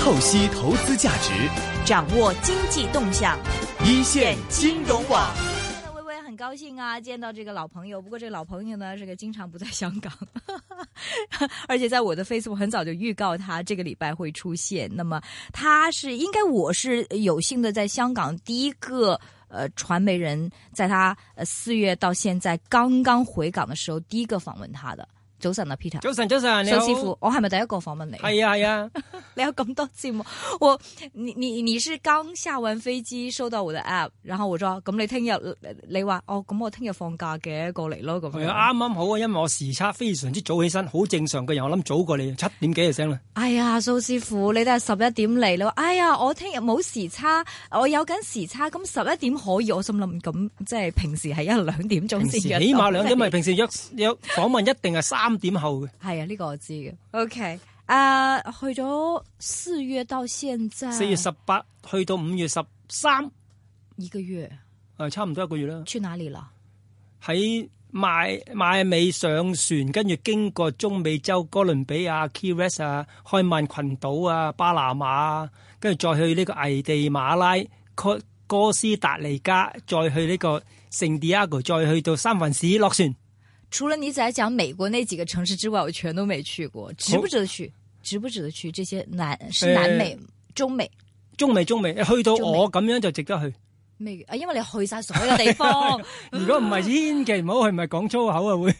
透析投资价值，掌握经济动向，一线金融网。那微微很高兴啊，见到这个老朋友。不过这个老朋友呢，这个经常不在香港， 而且在我的 Facebook 很早就预告他这个礼拜会出现。那么他是应该我是有幸的在香港第一个。呃，传媒人在他呃四月到现在刚刚回港嘅時候，第一個訪問他嘅。早晨啊，Peter。哦早晨，早晨，你邵好。師傅，我係咪第一個訪問你？係啊，係啊，你有咁多節目，我你你你是剛下完飛機收到我的 app，然後我就話咁你聽日你話哦，咁我聽日放假嘅過嚟咯咁係樣。啊，啱啱好啊，因為我時差非常之早起身，好正常嘅人，我諗早過你七點幾就醒啦。哎呀，蘇師傅，你都係十一點嚟，你話哎呀，我聽日冇時差，我有緊時差，咁十一點可以，我心諗咁即係平時係一兩點鐘平時先約起到碼兩點，因你 為平時約約訪問一定係三點後嘅，系啊，呢、個我知嘅。OK，啊、去咗四月到現在，四月十八去到五月十三，一個月，誒差唔多一個月啦。去哪裡啦？喺賣賣尾上船，跟住經過中美洲、哥倫比亞、Key West 啊、開曼群島啊、巴拿馬啊，跟住再去呢個危地馬拉、哥哥斯達黎加，再去呢個聖地亞哥，再去到三藩市落船。除了你在講美國那幾個城市之外，我全都沒去過，值哦不值得去？值不值得去？這些南呃是南美、中美中美中美，去到中美我咁樣就值得去。咩嘅？啊，因為你去晒所有地 方，如果唔係，千祈唔好去，唔係講粗口啊會。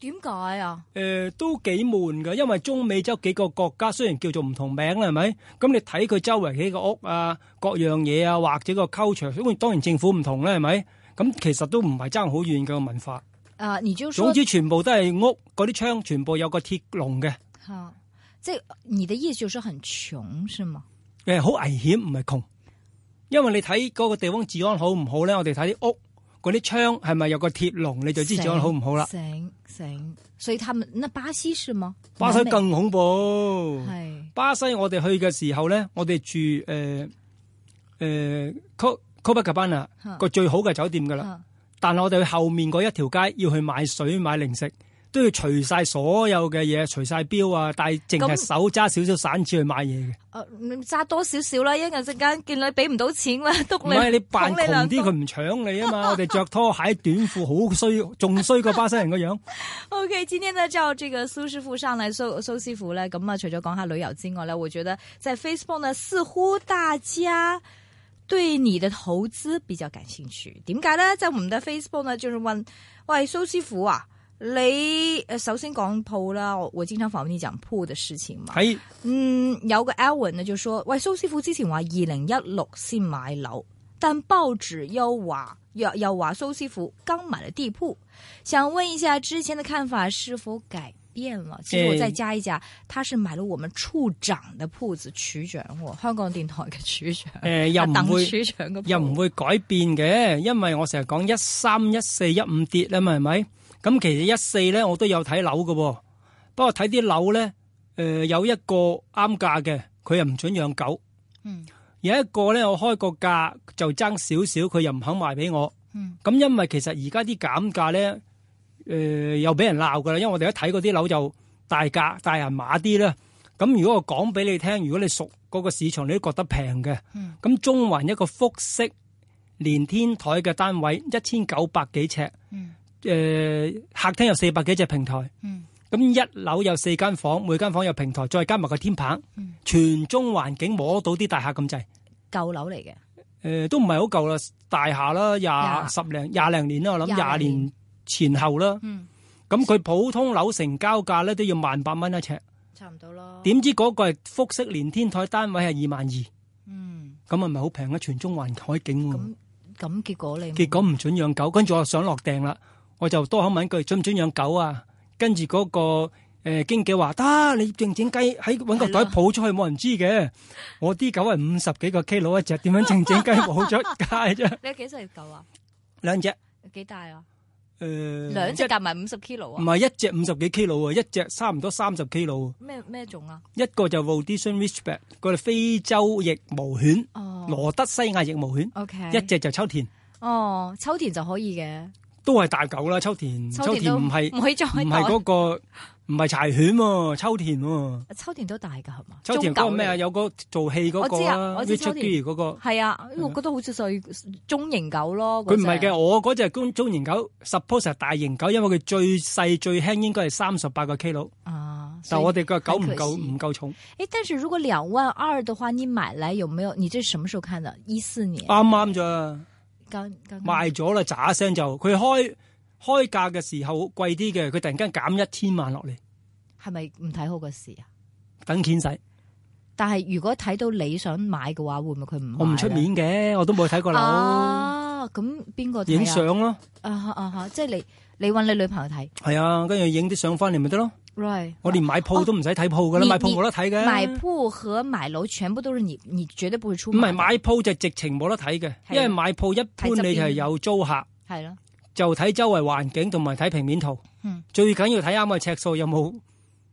點解啊？誒、呃都幾悶㗎，因為中美洲幾個國家雖然叫做唔同名啦，係咪？咁你睇佢周圍幾個屋啊，各樣嘢啊，或者個 culture，咁當然政府唔同啦，係咪？咁其實都唔係爭好遠嘅個文化。啊、你就說總之全部都係屋，嗰啲窗全部有個鐵籠嘅，啊，即係你的意思就是很窮是嗎？誒好危險，唔係窮。因為你睇嗰個地方治安好唔好咧，我哋睇啲屋嗰啲窗係咪有個鐵籠，你就知治安好唔好啦。行行，所以他們那巴西是嗎？巴西南美更嗯恐怖。係巴西我哋去嘅時候咧，我哋住呃誒誒 Co Copacabana 嚇個最好嘅酒店噶啦，啊但係我哋去後面嗰一條街要去買水買零食，都要除晒所有嘅嘢，除晒錶啊，但係淨係咁手揸少少散紙去買誒嘢嘅。你啊嗯揸多少少啦，一陣間見你俾唔到錢啦，督唔你。係你扮捅兩窮啲，刀佢。唔搶你啊嘛！我哋着 拖鞋短褲，好衰，仲衰過巴西人個樣。 OK，今天呢叫這個蘇師傅上來，蘇蘇師傅呢，咁啊，除咗講下旅遊之外呢，我覺得在 Facebook 呢，似乎大家。對你的投資比較感興趣，點解呢？就唔得 Facebook 呢，就是問，喂蘇師傅啊，你呃首先講鋪啦，我我經常訪問你講鋪的事情嘛。喺嗯，有個 Alan 呢就說：喂，蘇師傅之前話二零一六先買樓，但報紙又話又又話蘇師傅剛買了地鋪，想問一下之前的看法是否改變了？其實我再加一加，他是買了我們處長的鋪子，處長喎，香港電台嘅處長，誒 呃又唔啊會鄧處長嘅鋪又唔會改變嘅，因為我成日講一三、一四、一五跌啊嘛，係咪？咁其實一四咧我都有睇樓嘅喎，不過睇啲樓咧，誒、有一個啱價嘅，佢又唔準養狗；嗯有一個咧我開個價就爭少少，佢又唔肯賣俾我。嗯咁因為其實而家啲減價咧，誒、又俾人鬧㗎啦，因為我哋一睇嗰啲樓就大價大人馬啲啦。咁如果我講俾你聽，如果你熟嗰個市場，你都覺得平嘅。嗯咁中環一個複式連天台嘅單位，一千九百幾尺，嗯誒、客廳有四百幾隻平台，嗯咁一樓有四間房，每間房有平台，再加埋個天棚，嗯全中環境摸到啲大廈咁滯。舊樓嚟嘅，誒、都唔係好舊啦，大廈啦，廿廿十零廿零年啦，我廿諗零廿年前後啦。嗯，咁佢普通樓成交價咧都要萬八蚊一尺，差唔多咯，點知嗰個係複式連天台單位係二萬二，咁嗯，係咪好平啊？全中環海景喎。咁咁結果你結果唔準養狗，跟住我想落訂啦，我就多口問一句準唔準養狗啊？跟住嗰個誒經紀話得，你靜靜雞喺揾個係咯袋抱出去冇人知嘅。我啲狗係五十幾個 K 佬一隻， 點樣靜靜雞抱出街啫？你有幾細嚿啊？兩隻幾大啊？誒，兩隻一夾埋五十 kilo 唔啊？係一隻五十幾 K 佬啊，一隻差唔多三十 K 佬，咩咩種啊？一個就 Rhodesian Ridgeback，佢哋非洲翼毛犬，哦羅德西亞翼毛犬， O K，一隻就秋田，哦，秋田就可以嘅，都係大狗啦，秋田秋嗯田田都唔係。 唔可以再唔係嗰個唔係柴犬喎，秋田喎。秋田都大噶係嘛？秋田嗰個咩啊？有個做戲嗰個啊我知啊我知秋 Richard 田 Gere 嗰個，系啊，因為我覺得好似細中型狗咯。嗯佢嗰唔隻係嘅。我嗰只中中型狗，suppose 係大型狗，因為佢最細最輕應該係三十八個 kilo，啊。但係我哋嘅狗唔很可夠惜唔夠重。诶，但是如果两万二的話，你買來有沒有？你這是什麼時候看的？一四年，啱啱咋剛剛賣咗啦，喳聲就佢開開價嘅時候貴啲嘅，佢突然間減一千萬落嚟，係咪唔睇好個市啊？等錢使。但係如果睇到你想買嘅話，會唔會佢唔買呢我唔出面嘅，我都冇睇過樓，啊？咁邊個睇啊影相咯，啊哈啊哈，即係你你揾你女朋友睇係啊，跟住影啲相翻嚟咪得咯。 ，right？我連買鋪都唔使睇鋪噶啦，你買鋪你冇得睇嘅。买铺和买楼全部都是你，你絕對不會出唔係賣買鋪就直情冇得睇嘅，係因為買鋪一般睇側邊你就係有租客，係咯，就睇周圍環境同埋睇平面圖。嗯最緊要睇啱嘅尺數有冇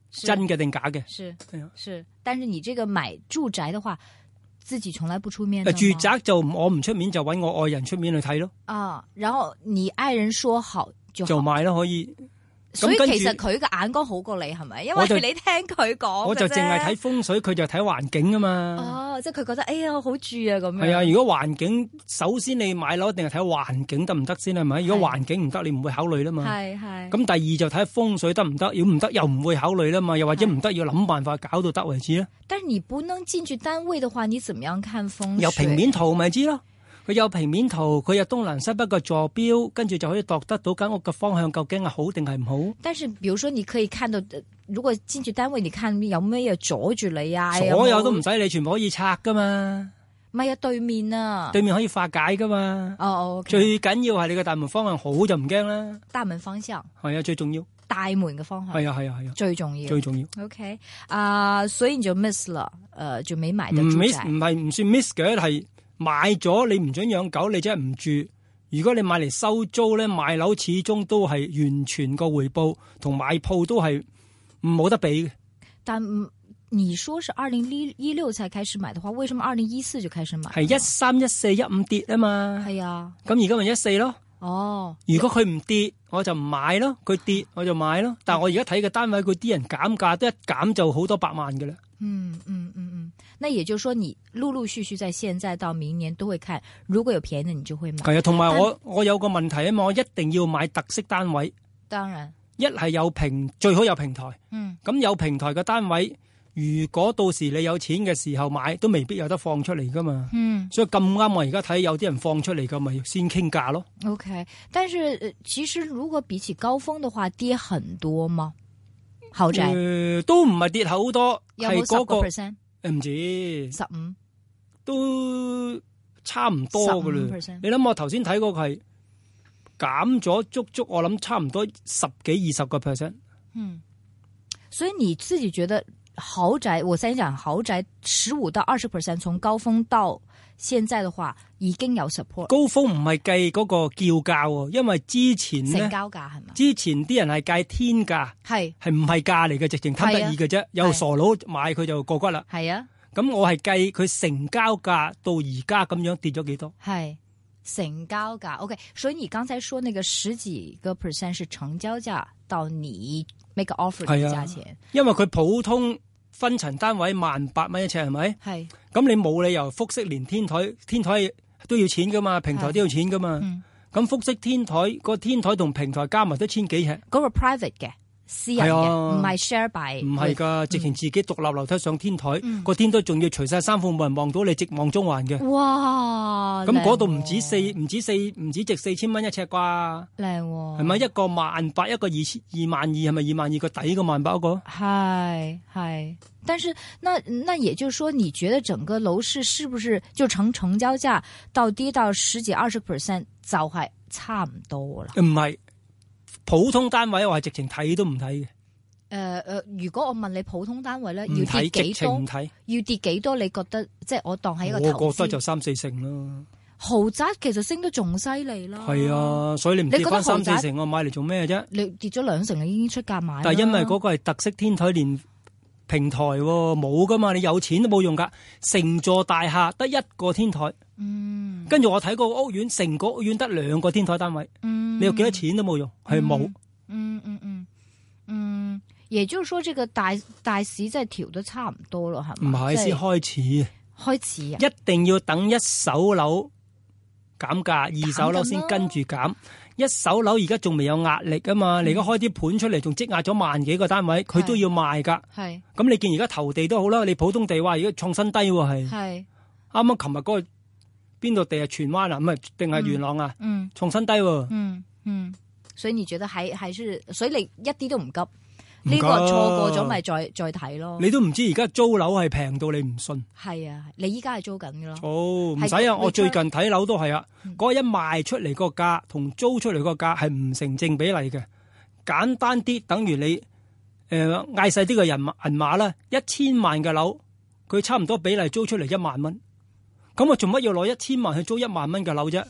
是真嘅定假嘅。是係啊是，但是你這個買住宅的話，自己從來不出面的誒嗎啊住宅就唔我唔出面，就揾我愛人出面去睇咯，啊，然後你愛人說好就就好，買咯可以。所以咁跟住其實佢嘅眼光好過你係咪？因為我就你聽佢講，我就淨淨係睇風水，佢就睇環境啊嘛。哦，即係佢覺得哎呀好住啊咁樣，係啊，如果環境首先你買樓一定係睇環境得唔得先係咪？如果係環境唔得，你唔會考慮啦嘛。係係咁第二就睇風水得唔得，如果唔得又唔會考慮啦嘛，又或者唔得要諗辦法搞到得為止啦。但是你不能進去單位的話，你怎麼樣看風水？有平面圖咪知咯，佢有平面圖，佢有東南西北嘅坐標，跟住就可以度得到間屋嘅方向究竟係好定係唔好。但是，比如說，你可以看到，呃如果進去單位，你看有咩嘢阻住你啊？所有冇都唔使你全部可以拆噶嘛，唔係啊，對面啊，對面可以化解噶嘛。哦，OK，最緊要係你嘅大門方向好就唔驚啦，大門方向，係啊，最重要，大門嘅方向係啊，係啊，係啊，最重要最。重要。 OK，啊、所以你就 miss 啦，呃，就沒買唔到住嗯 miss 宅唔係唔算 miss 嘅，係買咗你唔准養狗，你真係唔住。如果你買嚟收租咧，買樓始終都係完全個回報同買鋪都係冇得比嘅。但嗯你說是二零一一六才開始買的話，為什麼二零一四就開始買？係一三一四一五跌啊嘛，係啊，咁而家咪一四咯。哦，如果佢唔跌，我就唔買咯；佢跌，我就買咯。但係我而家睇嘅單位，佢啲人減價都一減就好多百萬嘅啦。嗯嗯嗯嗯，那也就是說，你陸陸續續在現在到明年都會看，如果有便宜的你就會買，係啊，同埋我我有個問題啊嘛，我一定要買特色單位，當然，一係有平最好有平台。嗯。咁有平台嘅單位，如果到時你有錢嘅時候買，都未必有得放出嚟噶嘛。嗯所以咁啱我而家睇有啲人放出嚟嘅，咪先傾價咯。 ，OK，但是、呃其實如果比起高峰的話，跌很多嗎？豪宅、誒呃都唔係跌好多，有係冇十嗯個嗰、個 percent？誒唔止，十五都差唔多噶啦。 percent。你諗我頭先睇過佢係減咗足足，我諗差唔多十幾二十個 percent。嗯，所以你自己覺得豪宅，我先講豪宅十五到二十 percent，從高峰到現在的話，已經有 support 高峰唔係計嗰個叫價喎，因為之前成咧，交價係嘛？之前啲人係計天價。係係唔係價嚟嘅，直情貪啊得意嘅啫。有傻佬買佢就過骨啦。係啊，咁我係計佢成交價到而家咁樣跌咗幾多？係成交價。OK，所以你剛才說那個十幾個 percent 是成交價到你 make offer 嘅係啊價錢，因為佢普通分層單位萬八蚊一尺係咪？係、咁你冇理由複式連天台，天台都要錢噶嘛，平台都要錢噶嘛。嗯。咁複式天台個天台同平台加埋都千幾尺，嗰個 private 嘅私人係嘅，唔啊係 share by，唔係㗎，直情自己獨立樓梯上天台嗯，個天台仲要除晒衫褲，冇人望到你，直望中環嘅。哇！咁嗰度唔止四，靚喎唔止四，唔止值四千蚊一尺啩？靚喎，係咪一個萬八，一個二千二萬二，係咪二萬二個底個萬八嗰個？嗨嗨，但是那那也就是说，你觉得整个楼市是不是就从成交价到跌到十几二十 percent 就係差唔多啦？唔係普通單位，我係直情睇都唔睇嘅，诶、诶、呃如果我問你普通單位咧，唔要睇跌直幾情多唔？睇。要跌幾多？你覺得即係我當係一個投我覺資得就三四成咯，豪宅其實升得仲犀利啦。係，啊，所以你唔哦你跌覺得翻豪三宅四成，我買嚟做咩啫？你跌咗兩成，你已經出價買啦。但係因為嗰個係特色天台連平台喎，冇噶嘛，你有錢都冇用噶。成座大廈得一個天台，嗯跟住我睇過個屋苑，成個屋苑得兩個天台單位，嗯，你有幾多錢都冇用，係冇。嗯嗯嗯嗯，也就是說，這個大大市真係調得差唔多咯，係唔嘛？係即先係開始，一開始啊，定要等一手樓減價，二手樓先跟住減。一手樓而家仲未有壓力啊嘛，你而家開啲盤出嚟，仲積壓咗萬幾個單位，佢都要賣㗎。係咁你見而家投地都好啦，你普通地話而家創新低喎係。係啱啱琴日嗰個邊度地係荃灣啊，唔係定係元朗啊，嗯創新低喎。嗯嗯，所以你覺得喺喺是，所以你一啲都唔急，急呢個錯過咗咪再再睇咯。你都唔知而家租樓係平到你唔信。係啊，你依家係租緊嘅咯，哦，唔使係啊！會我最近睇樓都係啊，嗰一賣出嚟個價同租出嚟個價係唔成正比例嘅。簡單啲，等於你誒嗌細啲嘅人馬銀碼啦，一千萬嘅樓，佢差唔多比例租出嚟一萬蚊。咁我做乜要攞一千萬去租一萬蚊嘅樓啫？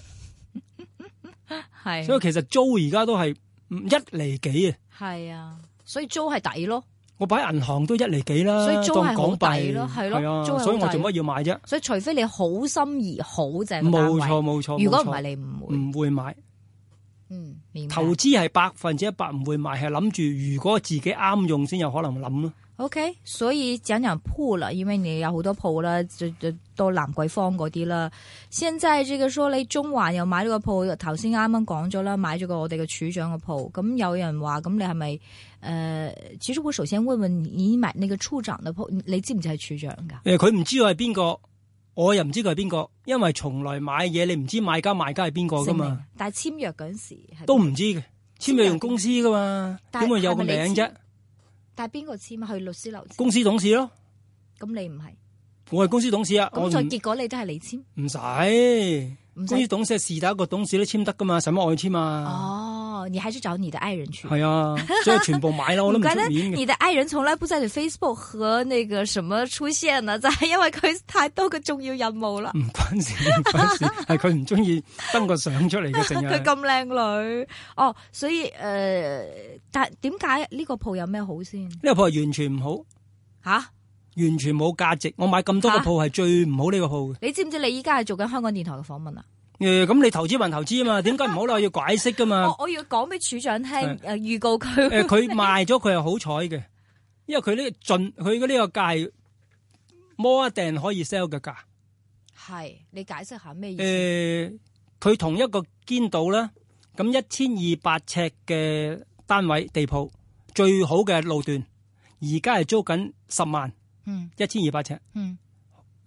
所以係其實租而家都係唔一厘幾啊！係啊，所以租係抵咯。我擺銀行都一厘幾啦，所以租係當港好抵幣咯係咯係啊租係好所以我抵做乜要買啫？所以除非你好心而好就係個單冇位錯冇錯，如果唔冇錯係你唔會，唔會買。嗯，明白投。資係百分之一百唔會買，係諗住如果自己啱用先有可能諗咯。 OK，所以講講鋪啦，因為你有好多鋪啦，就就到蘭桂坊嗰啲啦。現在這個說你哎中環又買咗個鋪，頭先啱啱講咗啦，買咗個我哋嘅處長嘅鋪。咁有人話咁你係咪誒？其實我首先問問你買那個處長嘅鋪，你知唔知係處長㗎？誒，佢唔知我係邊個，我又唔知佢係邊個，因為從來買嘢你唔知買家賣家係邊個噶姓名嘛，，但係簽約嗰陣時係哦啊都唔知嘅。簽約用公司噶嘛，但係點會有個名係咪你啫簽？但係邊個簽啊？去律師樓簽，公司董事咯，咁你唔係，我係公司董事啊，我咁唔再結果你都係你簽，唔使唔公使司董事是但一個董事都簽得噶嘛，使乜我去簽啊？哦，你還是找你的愛人去。係啊，所以全部 買啦，我都唔唔怪出得面嘅。你的愛人從來不在你 Facebook 和那個什麼出現呢，就 係因為佢太多嘅重要任務啦。 唔關事，唔關事，係佢唔中意登個相出嚟嘅，成佢日。咁靚女，哦，所以誒、呃但點解呢個鋪有咩好先呢個鋪係完全唔好，吓、完全冇價值。我買咁多個鋪係最唔好呢個鋪嘅。你知唔知你依家係做緊香港電台嘅訪問啊？誒，咁你投資還投資啊嘛？點解唔好啦？我要解釋噶我、嘛。我要講俾處長聽，誒啊係預呃告佢 誒，佢賣咗佢係好彩嘅，因為佢呢個盡佢嘅呢個價係 more than 可以 sell 嘅價。係你解釋下咩意思？呃誒，佢同一個堅道啦，咁一千二百尺嘅單位地鋪最好嘅路段，而家係租緊十萬嗯一千二百尺。嗯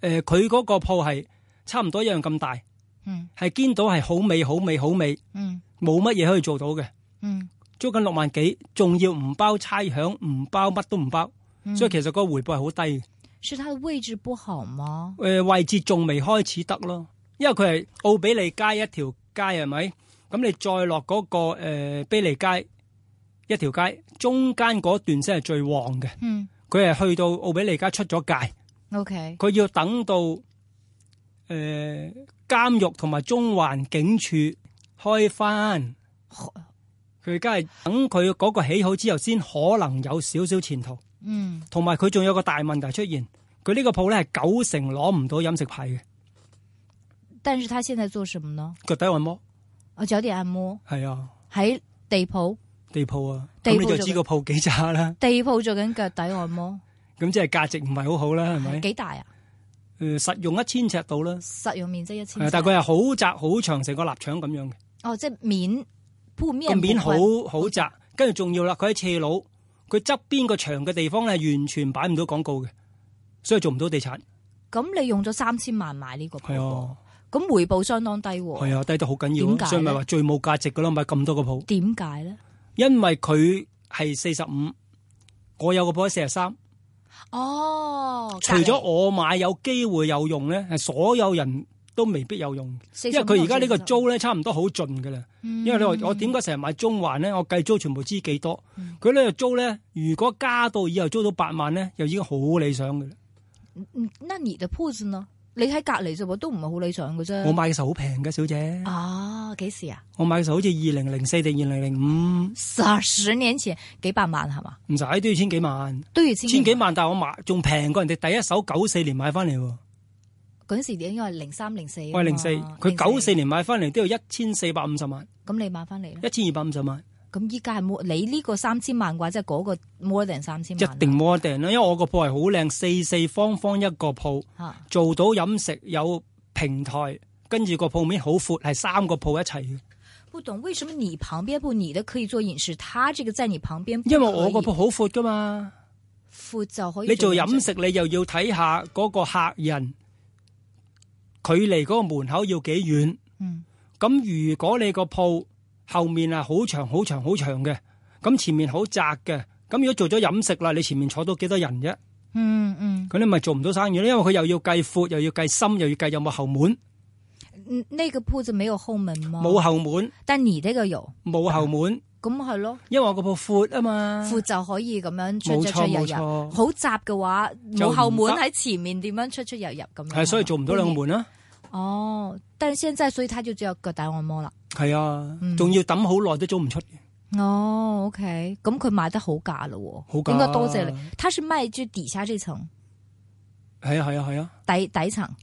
誒，佢嗰個鋪係差唔多一樣咁大，嗯係堅到係好美、好美、好美，嗯冇乜嘢可以做到嘅。嗯租緊六萬幾，仲要唔包差餉，唔包乜都唔包，嗯，所以其實個回報係好低嘅。是他的位置不好嗎？誒、位置仲未開始得咯，因為佢係奧比利街一條街係咪？咁你再落嗰、個誒、呃卑利街一條街，中間嗰段先係最旺嘅。嗯佢係去到奧比利街出咗界， ，OK，佢要等到誒、呃、監獄同埋中環警署開翻，佢而家係等佢嗰個起好之後，先可能有少少前途。嗯同埋佢仲有個大問題出現，佢呢個鋪咧係九成攞唔到飲食牌嘅但是他現在做什麼呢？腳底按摩，我酒店按摩係啊喺地鋪，地鋪啊，地鋪咁你就知個鋪幾渣啦，地鋪做緊腳底按摩，咁即係價值唔係好好啦，係咪？誒、呃幾大啊？實用一千尺度啦，實用面積一係千，啊但係佢係好窄好長，成個立場咁樣嘅，哦，即係面鋪面個面好部好窄，跟住仲要啦，佢喺斜路，佢側邊個牆嘅地方咧，完全擺唔到廣告嘅，所以做唔到地產，分咁你用咗三千萬買呢個鋪係喎，啊，咁回報相當低喎，係啊，低得好緊要哦點解咧啊，所以咪話最冇價值噶咯，買咁多個鋪。點解咧？因為佢係四十五，我有個 boy 四十三，哦，除咗我買有機會有用咧，係所有人都未必有用，因因為佢而家呢個租咧差唔多好盡噶啦。因因為你話我點解成日買中環咧？我計租全部知幾多，嗯佢呢個租咧，如果加到以後租到八萬咧，又已經好理想噶啦。嗯，那你嘅鋪子呢？你喺隔離啫喎，都唔係好理想嘅啫。我買嘅時候好平嘅，小姐，嗯啊，幾時啊？我買嘅時候好似二零零四定二零零五，十十年前幾百萬係嘛？唔使都要千幾萬，都要千千幾萬，但係我買仲平過人哋第一手九四年買翻嚟喎。嗰陣時應該係零三零四，啊我係零四，佢九四，年買翻嚟都要一千四百五十萬，咁你買翻嚟咧？一千二百五十萬，咁依家係冇你呢個三千萬嘅話，即係嗰個 more than 三千萬啊。一定摩定啦，因為我個鋪係好靚，四四方方一個鋪，嚇做到飲食有平台，跟住個鋪面好闊，係三個鋪一齊嘅。不懂為什麼你旁邊鋪你的可以做飲食，他這個在你旁邊不可以，因為我個鋪好闊噶嘛，闊就可以你做飲食，食你又要睇下嗰個客人距離嗰個門口要幾遠。嗯，咁如果你個鋪後面係好長、好長、好長嘅，咁前面好窄嘅，咁如果做咗飲食啦，你前面坐到幾多人啫？嗯嗯咁你咪做唔到生意咯，因為佢又要計闊，又要計深，又要計有冇後門，嗯，那個鋪子沒有後門嗎？冇，啊後門，但你呢個有，冇後門，咁係咯，因為我個鋪闊啊嘛，闊就可以咁樣出冇出出錯入冇入。錯，好窄嘅話，就唔冇後門得喺前面，點樣出出入入咁樣？啊係所以做唔到兩個門啦，哦，但係現在所以他就只有腳底按摩啦。係啊嗯，仲要等好耐都租唔出，哦，OK，咁佢賣得好價咯喎，好㗎應該多謝你。他是賣就底下這層係啊係啊係啊，底底層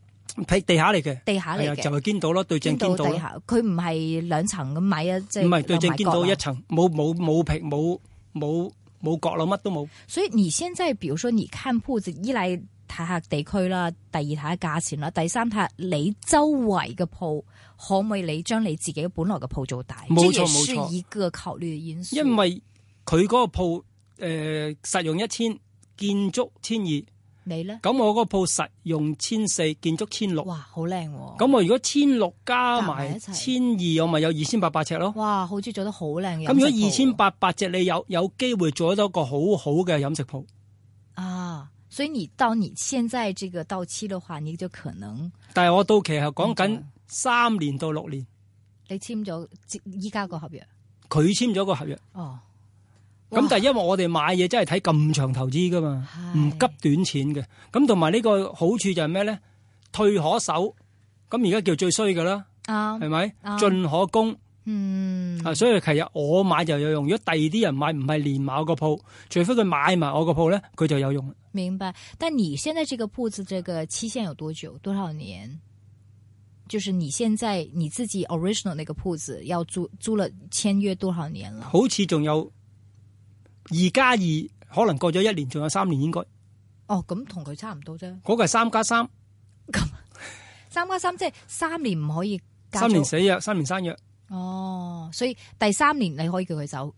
睇地下嚟嘅，地下嚟係啊就嘅，係堅道咯，對正見堅到道地咯，下，佢唔係兩層咁買啊，即係唔係對兩正埋堅角道啊一層，冇冇冇平冇冇冇角落乜都冇，所以你現在，比如說你看鋪子，依賴睇下地區啦，第二睇下價錢啦，第三睇下你周圍嘅鋪可唔可以你將你自己本來嘅鋪做大，冇錯這也是冇錯一個考慮嘅因素。因為佢嗰個鋪誒實用一千，建築千二，你咧，咁我嗰個鋪實用千四，建築千六。哇，好靚喎！咁我如果千六加夾埋埋一千二，我咪有二千八百尺咯。哇，好似做得好靚嘅飲食鋪。咁如果二千八百尺，你有有機會做得到一個好好嘅飲食鋪。啊，所以你到你現在這個到期嘅話，你就可能但係我到期係講明緊白三年到六年，你簽咗依家個合約佢簽咗個合約。哦。咁哇但係因為我哋買嘢真係睇咁長投資噶嘛，係唔急短錢嘅。咁同埋呢個好處就係咩咧？退可守，咁而家叫最衰噶啦，啊，係咪？啱嗯進可攻嗯，啊，所以其實我買就有用。如果第二啲人買唔係連買我個鋪，除非佢買埋我個鋪咧，佢就有用。明白，但你现在这个铺子这个期限有多久？多少年？就是你现在你自己 original 那个铺子要租租了签约多少年了？好似仲有二加二可能過咗一年，仲有三年應該哦，咁同佢差唔多啫。嗰、個係三加三，三加三即係三年唔可以加租三年死約，三年生約，哦，所以第三年你可以叫佢走，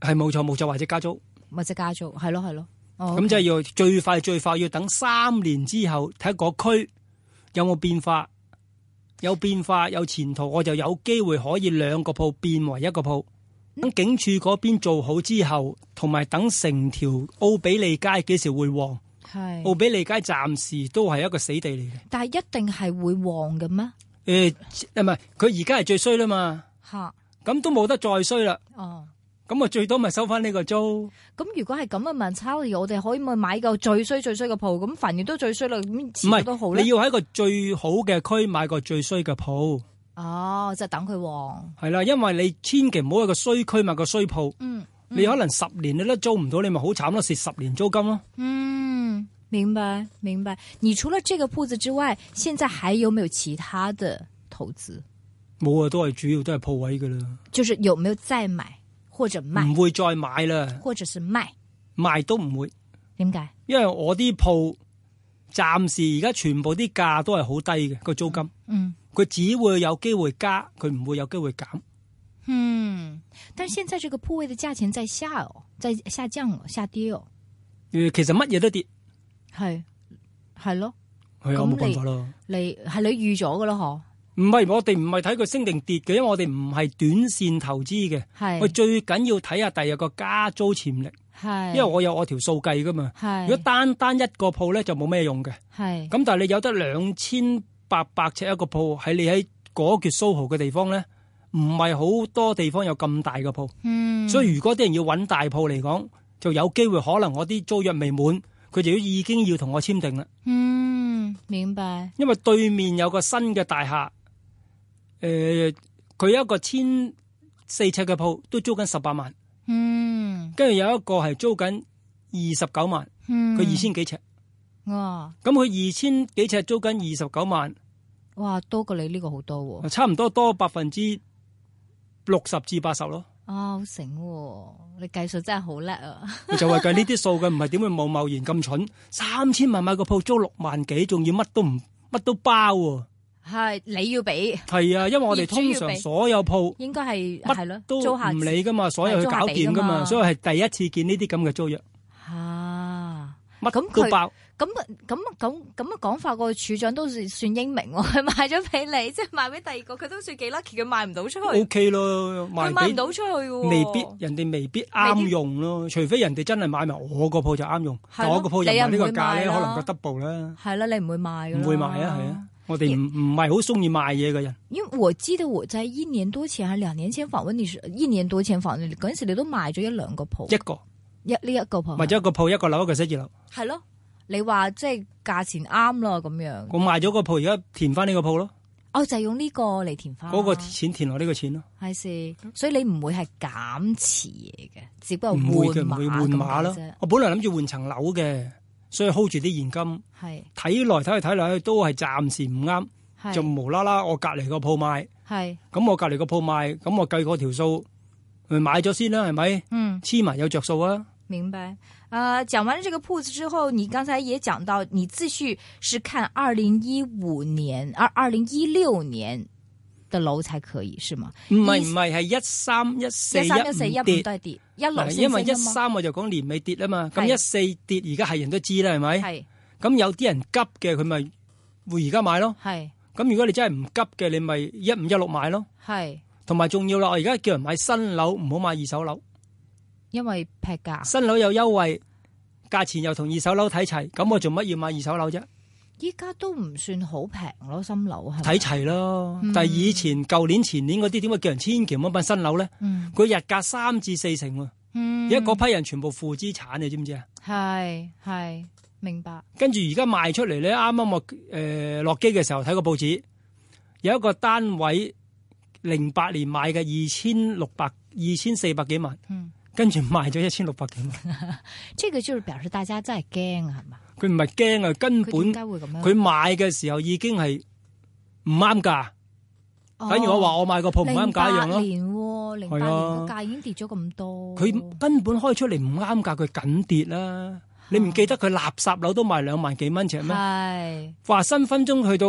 係冇錯冇錯，或者加租，或者加租，係咯係咯。哦，咁即係要最快最快要等三年之後睇個區有冇變化，有變化有前途，我就有機會可以兩個鋪變為一個鋪。嗯等警署嗰邊做好之後，同埋等成條奧比利街幾時會旺？係奧比利街暫時都係一個死地嚟嘅。但係一定係會旺嘅咩？誒、唔係佢而家係最衰啦嘛。吓，咁都冇得再衰啦。哦。咁我最多咪收翻呢個租，咁如果係咁嘅 mentality，我哋可以咪買個最衰最衰嘅鋪，咁凡月都最衰啦，咁唔遲早都好係啦你。要喺個最好嘅區買個最衰嘅鋪，哦，就等佢旺。係啦，因為你千祈唔好喺個衰區買個衰鋪，嗯你可能十年你都租唔到，你咪好慘咯，蝕十年租金咯。嗯，明白明白。你除了這個鋪子之外，現在還有沒有其他的投資？冇啊，都係主要都係鋪位噶啦，就是有沒有再買或者賣，唔會再買啦，或者是賣？賣都唔會，點解？因為我啲鋪暫時而家全部啲價都係好低嘅個租金，嗯佢只會有機會加，佢唔會有機會減。嗯，但現在這個鋪位的價錢在下哦，在下降哦，下跌哦，誒其實乜嘢都跌，係係咯，係啊，咁冇辦你法咯。你係你預咗噶咯嗬？唔係，我哋唔係睇佢升定跌嘅，因為我哋唔係短線投資嘅。係我最緊要睇下第日個加租潛力，係，因為我有我條數計噶嘛。係如果單單一個鋪咧就冇咩用嘅，係咁但係你有得兩千八百尺一個鋪，喺你喺嗰橛蘇豪嘅地方咧，唔係好多地方有咁大嘅鋪。嗯，所以如果啲人要揾大鋪嚟講，就有機會可能我啲租約未滿，佢就要已經要同我簽訂啦。嗯明白因為對面有個新嘅大廈，诶、佢有一個千四尺嘅鋪都租緊十八萬，嗯跟住有一個係租緊二十九萬，嗯，佢二千幾尺，哇咁佢二千幾尺租緊二十九萬，哇多過你呢個好多喎、差唔多多百分之六十至八十咯。啊，好醒喎！你計數真係好叻啊！ 佢就話計呢啲數嘅，唔係點會冇貿然咁蠢？三千萬買個鋪租六萬幾，仲要乜都唔乜都包喎。係你要俾，係啊，因為我哋通業主要常俾所有鋪應該係係乜咯，都租客唔理噶嘛，所有係去租客搞掂噶俾㗎嘛，嘛所以係第一次見呢啲咁嘅租約，啊。咁乜佢都包。咁咁咁咁嘅講法，個處長都算算英明喎， 佢買咗俾你， 即係賣俾第二個，佢都算幾 lucky，佢賣唔到出 O 去， K 咯，佢哦賣賣唔俾到出去喎，未必人哋未必啱用咯，除非人哋真係買埋我個鋪就啱用，係咯但我個鋪就賣呢個價你咧，又唔會賣可啦能個 double 啦，係啦，你唔會賣㗎唔啦會賣啊，係啊，我哋唔唔係好中意賣嘢嘅人，因為我記得我在一年多前，係兩年前訪問你時，一年多前訪問你嗰陣時，你都賣咗一兩個鋪，一個一呢一個鋪賣咗一個鋪一個樓一個寫字樓，係咯。你話即係價錢啱啦咁樣，我賣咗個鋪而家填翻呢個鋪咯，哦就係用呢個嚟填翻嗰個錢填落呢個錢咯，係是，所以你唔會係減持嘢嘅，只不過換唔會嘅，唔會換碼馬咁咯解啫，。我本來諗住換層樓嘅，所以 hold 住啲現金。係睇來睇去睇來都係暫時唔啱，就係無啦啦我隔離個鋪賣，係，咁我隔離個鋪賣，咁我計嗰條數，咪買咗先啦，係咪？嗯，黐埋有着數啊！明白。呃，講完了這個鋪子之後，你剛才也講到，你自序是看二零一五年、二二零一六年的樓才可以，是嗎？唔係意唔思係，係一三一一四三一四一五五跌，都係跌，一路嗱先因為一升啊嘛三我就講年尾跌啊嘛，咁係一四跌而家係人都知啦，係咪？係咁有啲人急嘅佢咪會而家買咯，係咁如果你真係唔急嘅，你咪一五一六買咯，係，同埋仲要啦，我而家叫人買新樓，唔好買二手樓。因為劈價。新樓有優惠，價錢又同二手樓睇齊，咁我做乜要買二手樓啫？依家都唔算好平咯，新樓係咪睇齊咯嗯。但係以前舊年前年嗰啲點解叫人千祈唔好買新樓咧？嗯佢日價三至四成喎，嗯而家嗰批人全部負資產，你知唔知啊？係係明白跟住而家賣出嚟咧，啱啱我誒落機嘅時候睇個報紙，有一個單位零八年買嘅二千六百二千四百幾萬，嗯，跟住賣咗一千六百幾萬。這個就是表示大家真係驚啊，係嘛？佢唔係驚啊，佢根點本解會咁樣？佢買嘅時候已經係唔啱價。哦等於我話我買個鋪唔啱價一樣08咯。年喎，零八係年啊個價已經跌咗咁多，佢根本開出嚟唔啱價，佢緊跌啦。你唔記得佢垃圾樓都賣兩萬幾蚊尺咩？係話新分鐘去到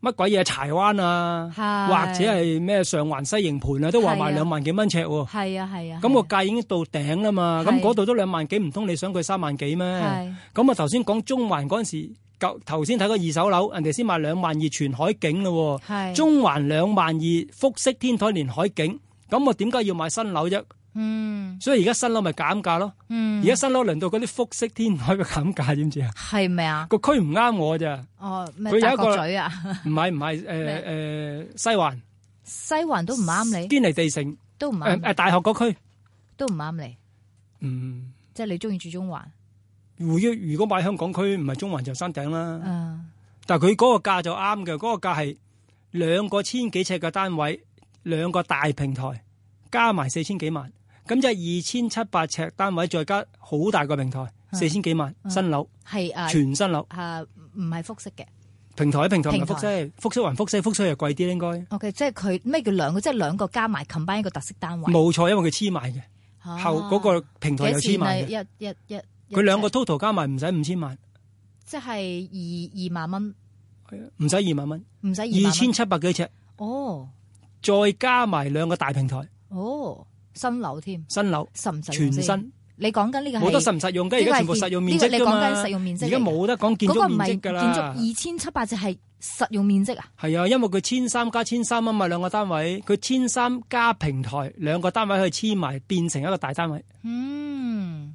乜鬼嘢柴灣啊，係或者係咩上環西營盤啊，都係話啊賣兩萬幾蚊尺喎。係啊係啊，咁個價已經到頂啦嘛，係咁嗰度都兩萬幾，唔通你想佢三萬幾咩？係咁我頭先講中環嗰陣時，舊頭先睇個二手樓，人哋先賣兩萬二全海景咯喎。係中環兩萬二，複式天台連海景，咁我點解要買新樓啫？嗯所以而家新樓咪減價咯。嗯而家新樓輪到嗰啲複式天台嘅減價，知 唔知啊？係咪啊？個區唔啱我咋，哦咩佢有一大角個咀啊，唔係 唔係誒誒西環西環都唔啱你，堅尼地城都唔誒啱你，誒大學嗰區，都唔啱你，嗯，即係你中意住中環，啊如果如果買香港區唔係中環就山頂啦，嗯但係佢嗰個價就啱嘅，嗰、個價係兩個千幾尺嘅單位，兩個大平台加埋四千幾萬，咁即係二千七百尺單位再加好大個平台，四千幾萬嗯新樓，係啊全新樓。啊唔係複式嘅平台平台唔係平台複式，複式還複式，複式又貴啲應該。 ，OK，即係佢咩叫兩個，即係兩個加埋 combine 一個特色單位，冇錯，因為佢黐埋嘅，啊嗯後嗰個平台又幾黐錢啊？埋嘅。一一一一佢兩個尺 total 加埋唔使五千萬，即係二二萬蚊，唔使二萬蚊，唔使二二萬蚊千七百幾尺，哦。再加埋兩個大平台，哦，新樓添，新樓實唔實全用新，先？你講緊呢個係冇得實唔實用嘅，而呢個家係全部實用面積呢個㗎你嘛。講緊實用面積嚟而㗎家冇得講建啊嗰個築唔係面積㗎啦。建築二千七百就係實用面積啊，係啊，因為佢千三加千三啊嘛，兩個單位，佢千三加平台兩個單位可以黐埋，變成一個大單位。嗯，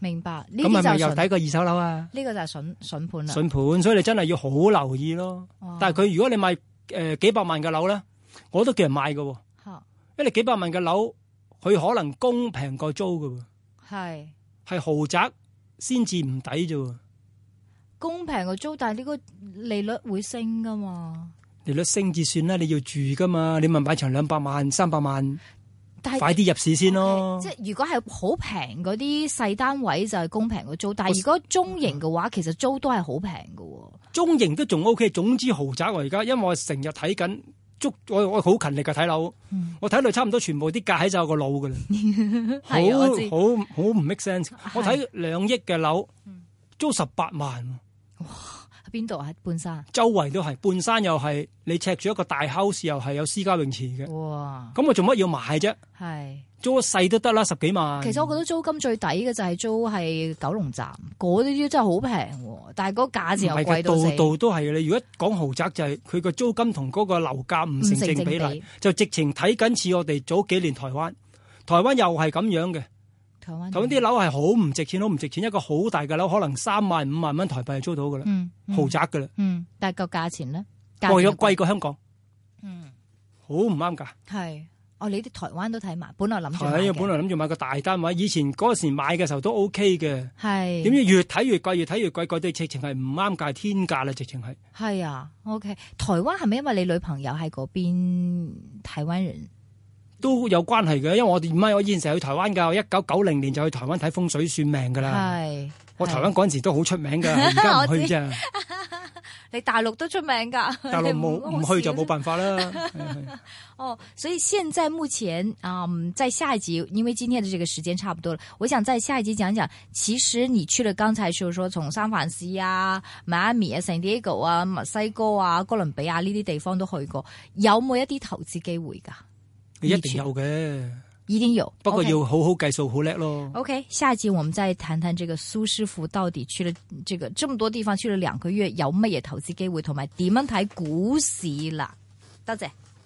明白呢咁係咪啲就啊又係筍抵過二手樓啊？呢個就係筍筍盤啦，筍盤，所以你真係要好留意咯。哦但係佢如果你買誒、呃、幾百萬嘅樓咧，我都叫人買嘅喎，嚇因為你幾百萬嘅樓，佢可能公平過租嘅係喎，係豪宅先至唔抵啫喎，公平個租，但係呢個利率會升噶嘛，利率升至算啦，你要住噶嘛，你咪買層兩百萬、三百萬，但係快啲入市先咯。即係如果係好平嗰啲細單位就係公平個租，但係如果中型嘅嗯話，其實租都係好平嘅喎。中型都仲 OK，總之豪宅我而家，因為我成日睇緊捉我我好勤力噶睇樓，我睇到差唔多全部啲價喺晒我個腦噶啦，好係啊我知好好唔 make sense。我睇兩億嘅樓嗯租十八萬，邊度啊？半山。周圍都係，半山又係，你赤住一個大 house 又係有私家泳池嘅，哇，咁我做乜要買啫？係。租細都得啦，十幾萬。其實我覺得租金最抵嘅就係租係九龍站嗰啲真係好平喎，但係嗰個價錢唔又係嘅貴到度死。度都係嘅。你如果講豪宅就係佢個租金同嗰個樓價唔成正比唔成正比例，就直情睇緊似我哋早幾年台灣，台灣又係咁樣嘅。台灣台灣啲樓係好唔值錢，好唔值錢，一個好大嘅樓可能三萬五萬蚊台幣就租到噶啦，嗯嗯豪宅噶啦，嗯，但係個價錢咧，價貴咗錢貴過香港，嗯好唔啱㗎。係。哦，你啲台灣都睇埋，本來諗住係買啊，嘅本來諗住買個大單位，以前嗰時買嘅時候都 OK 嘅，係點知越睇越貴，越睇越貴，貴到直情係唔啱價，天價啦，直情係。係啊，OK。台灣係咪因為你女朋友喺嗰邊台灣人？都有關係嘅，因為我哋唔係我以前成日去台灣㗎，我一九九零年就去台灣睇風水算命㗎啦。係啊我台係灣嗰陣時都好出名㗎，而家唔去 啫。你大陸都出名㗎， 大陸冇你唔去就冇好少辦 法啦。係啊係啊哦，所以现在目前，嗯，在下一集，因为今天的这个时间差不多了，我想在下一集讲讲，其实你去了刚才就说从三藩市啊、迈阿密啊、San Diego 啊、墨西哥啊、哥伦比亞呢啲地方都去過，有冇一啲投資機會㗎？一定有嘅，已經有， 不過要好好計數，好叻咯。 OK，下一集我们再谈谈这个苏师傅到底去了这个这么多地方，去了两个月，有乜嘢投资机会，同埋点样睇股市啦？多谢。